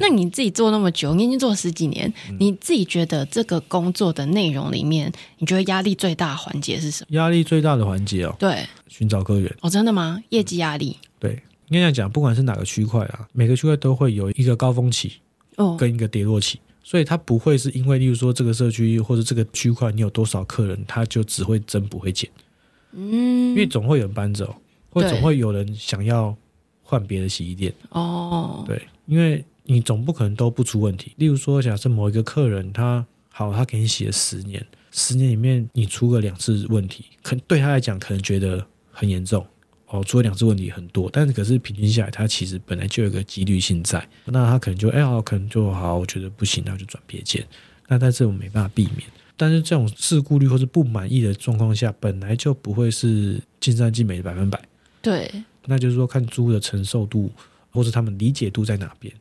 B: 那你自己做那么久，你已经做了十几年，
C: 嗯
B: 你自己觉得这个工作的内容里面，你觉得压力最大的环节是什么？
C: 压力最大的环节哦，
B: 对，
C: 寻找客源。
B: 哦，真的吗？业绩压力？
C: 对，应该这样讲，不管是哪个区块啊，每个区块都会有一个高峰期
B: 哦，
C: 跟一个跌落期。所以它不会是因为，例如说这个社区或者这个区块你有多少客人，它就只会增不会减。因为
B: 嗯，
C: 总会有人搬走，或
B: 对
C: 总会有人想要换别的洗衣店。
B: 哦，
C: 对，因为你总不可能都不出问题。例如说，假设某一个客人他好，他给你洗了十年，十年里面你出个两次问题，可对他来讲可能觉得很严重。哦，出了两次问题很多，但是可是平均下来，他其实本来就有一个几率性在，那他可能就哎、好，可能就好，我觉得不行，那就转别件。那但是我们没办法避免。但是这种事故率或是不满意的状况下，本来就不会是尽善尽美的百分百。
B: 对，
C: 那就是说看租户的承受度或是他们理解度在哪边。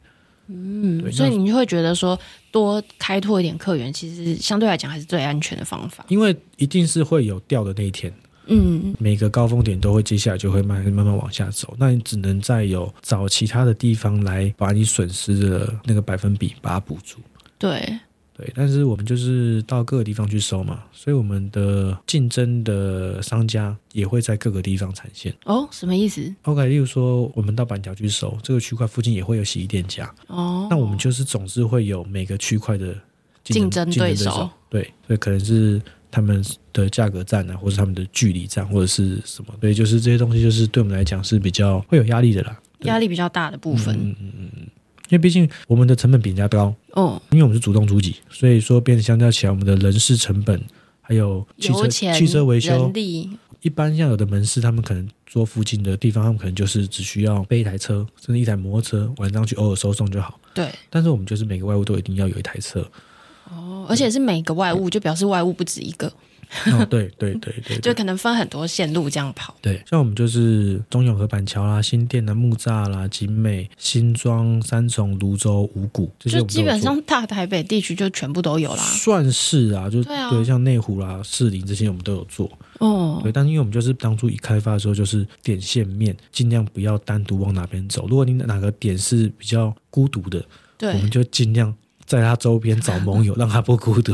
B: 嗯，
C: 对
B: 所以
C: 那
B: 你就会觉得说，多开拓一点客源，其实相对来讲还是最安全的方法。
C: 因为一定是会有掉的那一天，
B: 嗯，
C: 每个高峰点都会接下来就会慢慢慢往下走，那你只能再有找其他的地方来把你损失的那个百分比把它补足。
B: 对，
C: 对，但是我们就是到各个地方去收嘛，所以我们的竞争的商家也会在各个地方产线。
B: 哦，什么意思？
C: OK，例如说我们到板桥去收，这个区块附近也会有洗衣店家，
B: 哦，
C: 那我们就是总是会有每个区块的
B: 竞争对手
C: 对，所以可能是他们的价格战啊，或是他们的距离战，或者是什么，对，就是这些东西，就是对我们来讲是比较会有压力的啦。
B: 压力比较大的部分。
C: 嗯嗯嗯嗯，嗯因为毕竟我们的成本比人家高，
B: 哦，
C: 因为我们是主动出击，所以说变得相较起来，我们的人事成本还有汽
B: 油
C: 车
B: 钱、
C: 汽车维修
B: 人，力，
C: 一般像有的门市，他们可能做附近的地方，他们可能就是只需要备一台车，甚至一台摩托车，晚上去偶尔收送就好。
B: 对，
C: 但是我们就是每个外务都一定要有一台车。嗯
B: 哦，而且是每个外务，就表示外务不止一个，
C: 哦，对对对
B: (laughs)
C: 对
B: 就
C: 对
B: 可能分很多线路这样跑。
C: 对，像我们就是中永和板桥啦、新店的木栅啦、景美、新庄、三重、泸州、五股这些
B: 就
C: 我们都
B: 基
C: 有
B: 本
C: 做
B: 上大台北地区就全部都有啦。
C: 算是啊，就
B: 对啊
C: 像内湖啦、士林这些我们都有做。
B: 哦
C: 对，，但因为我们就是当初一开发的时候，就是点线面，尽量不要单独往哪边走。如果你哪个点是比较孤独的，我
B: 对
C: 们，就尽量在它周边找盟友，让它不孤独。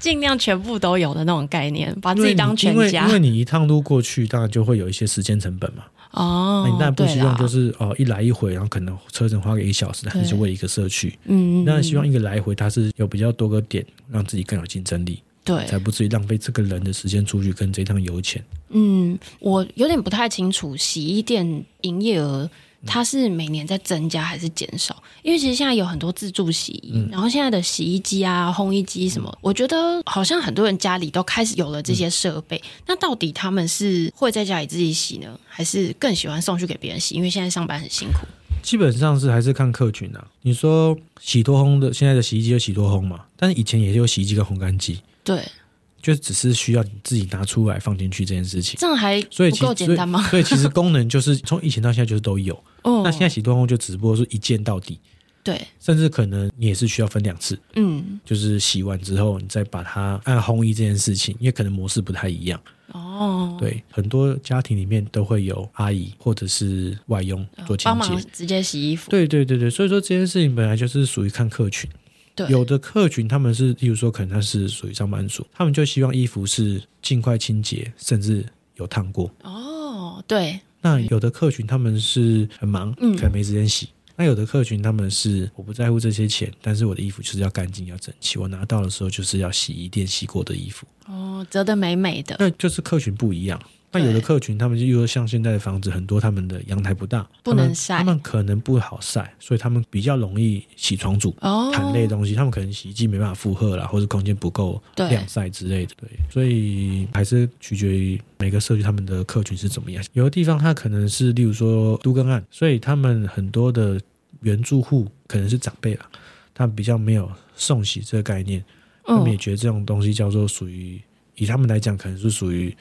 B: 尽量全部都有的那种概念，把
C: 因
B: 自
C: 为
B: 己
C: 你
B: 当全
C: 因为
B: 家
C: 因为你一趟路过去，当然就会有一些时间成本嘛。
B: 哦
C: 哎那你。当然不
B: 对
C: 希望
B: 啦
C: 就是哦一来一回，然后可能车程花个一小时，但是
B: 对
C: 为一个社区。
B: 嗯，
C: 那希望
B: 嗯
C: 一个来回它是有比较多个点，让自己更有竞争力，
B: 对，
C: 才不至于浪费这个人的时间出去跟这趟油钱。
B: 嗯，我有点不太清楚洗衣店营业额。它是每年在增加还是减少？因为其实现在有很多自助洗衣，
C: 嗯
B: 然后现在的洗衣机啊、烘衣机什么，我觉得好像很多人家里都开始有了这些设备。
C: 嗯
B: 那到底他们是会在家里自己洗呢，还是更喜欢送去给别人洗？因为现在上班很辛苦。
C: 基本上是还是看客群啊。你说洗脱烘的，现在的洗衣机有洗脱烘嘛？但是以前也有洗衣机跟烘干机，
B: 对，
C: 就只是需要你自己拿出来放进去这件事情。
B: 这样还
C: 所以
B: 不
C: 其实
B: 够简单吗？
C: (laughs) 所以？所以其实功能就是从以前到现在就是都有。
B: 哦
C: 那现在洗脱烘就只不过是一键到底，
B: 对，
C: 甚至可能你也是需要分两次，
B: 嗯，
C: 就是洗完之后你再把它按烘衣这件事情，因为可能模式不太一样。
B: 哦，
C: 对，很多家庭里面都会有阿姨或者是外佣做清
B: 哦嗯帮
C: 洁
B: 忙。直接洗衣服。
C: 对对对对，所以说这件事情本来就是属于看客群。
B: 对，
C: 有的客群他们是，例如说可能他是属于上班族，他们就希望衣服是尽快清洁，甚至有烫过。
B: 哦，对，
C: 那有的客群他们是很忙，
B: 嗯
C: 可能没时间洗。那有的客群他们是我不在乎这些钱，但是我的衣服就是要干净要整齐，我拿到的时候就是要洗衣店洗过的衣服，
B: 哦，折得美美的。
C: 那就是客群不一样。那
B: 对
C: 有的客群他们就例如说像现在的房子很多，他们的阳台不大，
B: 不能
C: 他们
B: 晒
C: 他们可能不好晒，所以他们比较容易洗床组。
B: 哦，
C: 毯类的东西，他们可能洗衣机没办法负荷啦，或者空间不够
B: 对
C: 晾晒之类的，对，所以还是取决于每个社区他们的客群是怎么样。有的地方它可能是，例如说都更案，所以他们很多的原住户可能是长辈啦，他们比较没有送洗这个概念，他们也
B: 嗯，
C: 觉得这种东西叫做属于，以他们来讲，可能是属于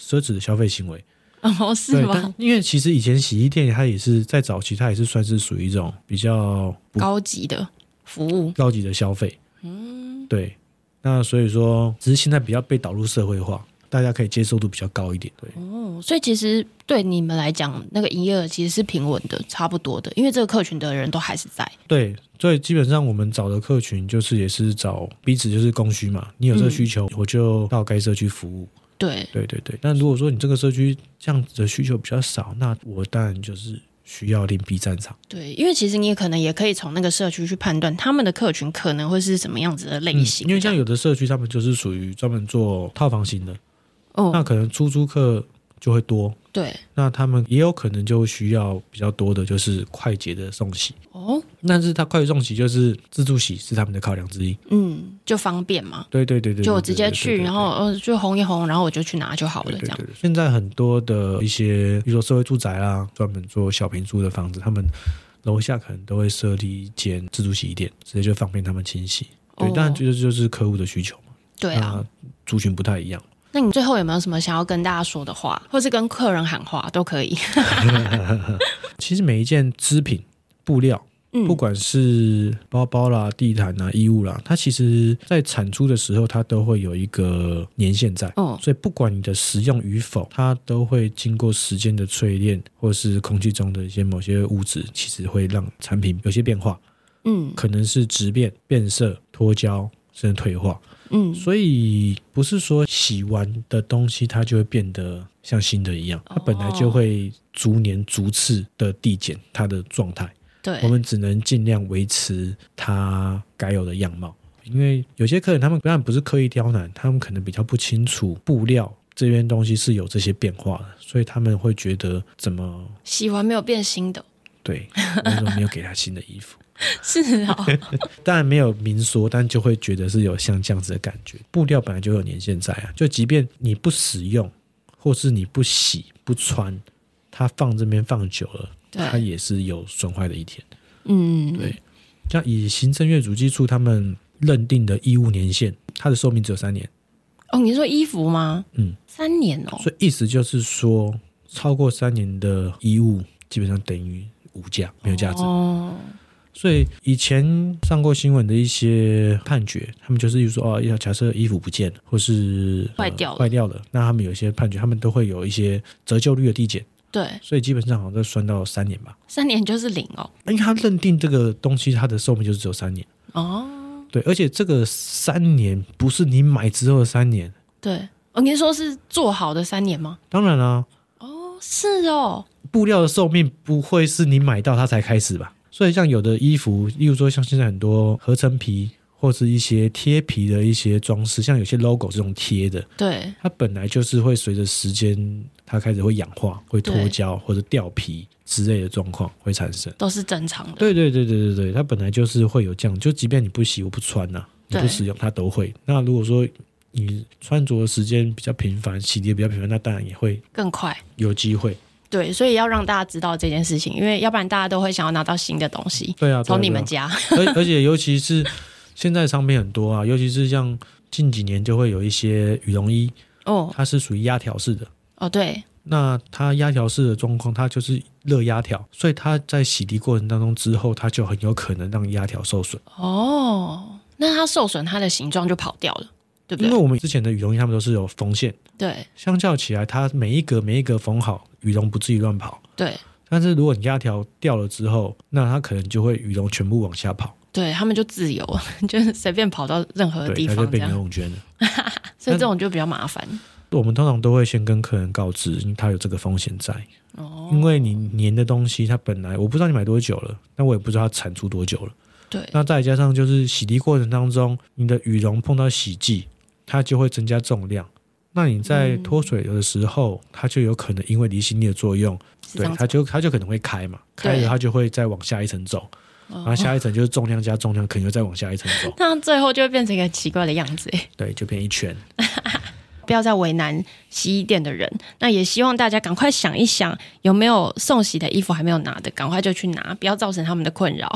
C: 奢侈的消费行为。
B: (laughs) 哦，是
C: 对，
B: 吗
C: 但？因为其实以前洗衣店它也是在早期，它也是算是属于一种比较不
B: 高级的服务，
C: 高级的消费。嗯，对。那所以说，只是现在比较被导入社会化，大家可以接受度比较高一点。对，
B: 哦，所以其实对你们来讲，那个营业额其实是平稳的，差不多的，因为这个客群的人都还是在。
C: 对，所以基本上我们找的客群就是也是找彼此就是供需嘛，你有
B: 嗯
C: 这个需求，我就到该社区服务。
B: 对，
C: 对对对。但如果说你这个社区这样子的需求比较少，那我当然就是需要另辟战场。
B: 对，因为其实你也可能也可以从那个社区去判断他们的客群可能会是什么样子的类
C: 嗯
B: 型，
C: 因为像有的社区他们就是属于专门做套房型的，那
B: 哦，
C: 可能出租客就会多，
B: 对，
C: 那他们也有可能就需要比较多的就是快捷的送洗，
B: 哦，
C: 但是它快捷送洗就是自助洗是他们的考量之一。
B: 嗯，就方便嘛，
C: 对对对对，
B: 就我
C: 对
B: 直接
C: 对对
B: 去，
C: 对
B: 然后呃，就红一红，然后我就去拿就好
C: 对
B: 了，
C: 对
B: 这
C: 对
B: 样
C: 对。对现在很多的一些，比如说社会住宅啦，专门做小平住的房子，他们楼下可能都会设立一间自助洗衣店，直接就方便他们清洗。对，
B: 哦
C: 当然这就是就是客户的需求嘛，
B: 对啊，
C: 那族群不太一样。
B: 那你最后有没有什么想要跟大家说的话，或是跟客人喊话都可以？
C: 其实每一件织品、布料，
B: 嗯
C: 不管是包包啦、地毯啦、衣物啦，它其实在产出的时候，它都会有一个年限在。
B: 哦，
C: 所以，不管你的使用与否，它都会经过时间的淬炼，或是空气中的一些某些物质，其实会让产品有些变化，
B: 嗯
C: 可能是质变、变色、脱胶，甚至退化。
B: 嗯，
C: 所以，不是说洗完的东西它就会变得像新的一样，它本来就会逐年逐次的递减它的状态。
B: 对，
C: 我们只能尽量维持它该有的样貌。因为有些客人他们当然不是刻意刁难，他们可能比较不清楚布料这边东西是有这些变化的，所以他们会觉得怎么
B: 洗完没有变新的，
C: 对，我那时候没有给他新的衣服。
B: 是啊、
C: 当然没有明说，但就会觉得是有像这样子的感觉。布料本来就有年限在啊，就即便你不使用，或是你不洗不穿，它放这边放久了，它
B: 对，
C: 也是有损坏的一天。
B: (laughs) 嗯，
C: 对像以行政院主计处他们认定的义务年限，它的寿命只有三年，
B: 哦，你说衣服吗？
C: 嗯，
B: 三年哦，
C: 所以意思就是说，超过三年的衣物基本上等于无价，没有价值。
B: 哦，
C: 所以以前上过新闻的一些判决，他们就是说哦，要假设衣服不见了，或是呃
B: 坏掉了
C: 坏掉了，那他们有一些判决，他们都会有一些折旧率的递减，
B: 对，
C: 所以基本上好像都算到三年吧，
B: 三年就是零哦，
C: 因为他认定这个东西它的寿命就是只有三年，
B: 哦，
C: 对，而且这个三年不是你买之后的三年，
B: 对，哦，你是说是做好的三年吗？
C: 当然啦、
B: 哦，是哦，
C: 布料的寿命不会是你买到它才开始吧？所以像有的衣服，例如说像现在很多合成皮或是一些贴皮的一些装饰，像有些 logo 这种贴的，
B: 对，
C: 它本来就是会随着时间，它开始会氧化、会脱胶或者掉皮之类的状况会产生。
B: 都是正常的，
C: 对对对对对对，它本来就是会有这样，就即便你不洗、我不穿呐、你
B: 对
C: 不使用，它都会。那如果说你穿着的时间比较频繁，洗涤比较频繁，那当然也会
B: 更快。
C: 有机会。
B: 对，所以要让大家知道这件事情，因为要不然大家都会想要拿到新的东西，
C: 对啊，对啊
B: 从你
C: 对啊
B: 们家。
C: 而 (laughs) 而且尤其是现在商品很多啊，尤其是像近几年就会有一些羽绒衣，
B: 哦
C: 它是属于压条式的。
B: 哦，对，
C: 那它压条式的状况，它就是热压条，所以它在洗涤过程当中之后，它就很有可能让压条受损。
B: 哦，那它受损，它的形状就跑掉了，对不
C: 因为
B: 对？
C: 我们之前的羽绒衣它们都是有缝线，
B: 对
C: 相较起来，它每一格每一格缝好，羽绒不至于乱跑。
B: 对
C: 但是如果你压条掉了之后，那它可能就会羽绒全部往下跑，
B: 对，他们就自由， (laughs) 就是随便跑到任何
C: 对，
B: 呃地
C: 它就
B: 方这
C: 变
B: 样
C: 游，泳圈了。
B: 所以这种就比较麻烦。
C: 我们通常都会先跟客人告知，因为它有这个风险在。
B: 哦，
C: 因为你粘的东西，它本来我不知道你买多久了，那我也不知道它产出多久了。
B: 对
C: 那再加上就是洗涤过程当中，你的羽绒碰到洗剂，它就会增加重量。那你在
B: 嗯
C: 脱水的时候，它就有可能因为离心力的作用，
B: 是这
C: 对
B: 样，子
C: 它就它就可能会开嘛，
B: 对，
C: 开了它就会再往下一层走，然后下一层就是重量加重量，可能又再往下一层走
B: (laughs) 那最后就会变成一个奇怪的样子。 (laughs) 欸
C: 对，就变一圈。
B: 不要再为难洗衣店的人。那也希望大家赶快想一想，有没有送洗的衣服还没有拿的，赶快就去拿，不要造成他们的困
C: (laughs)
B: 扰。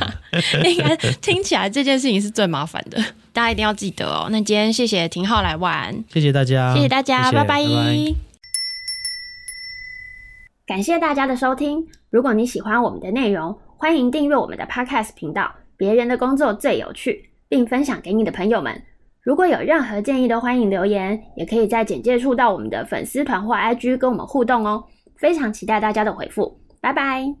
B: (laughs) 应该听起来这件事情是最麻烦的，大家一定要记得哦。那今天谢谢廷浩来玩，
C: 谢谢大家，
B: 谢谢大家，
C: 谢谢
B: 拜
C: 拜
A: 感谢大家的收听。如果你喜欢我们的内容，欢迎订阅我们的 Podcast 频道《别人的工作最有趣》，并分享给你的朋友们。如果有任何建议，都欢迎留言，也可以在简介处到我们的粉丝团或 IG 跟我们互动哦。非常期待大家的回复，拜拜。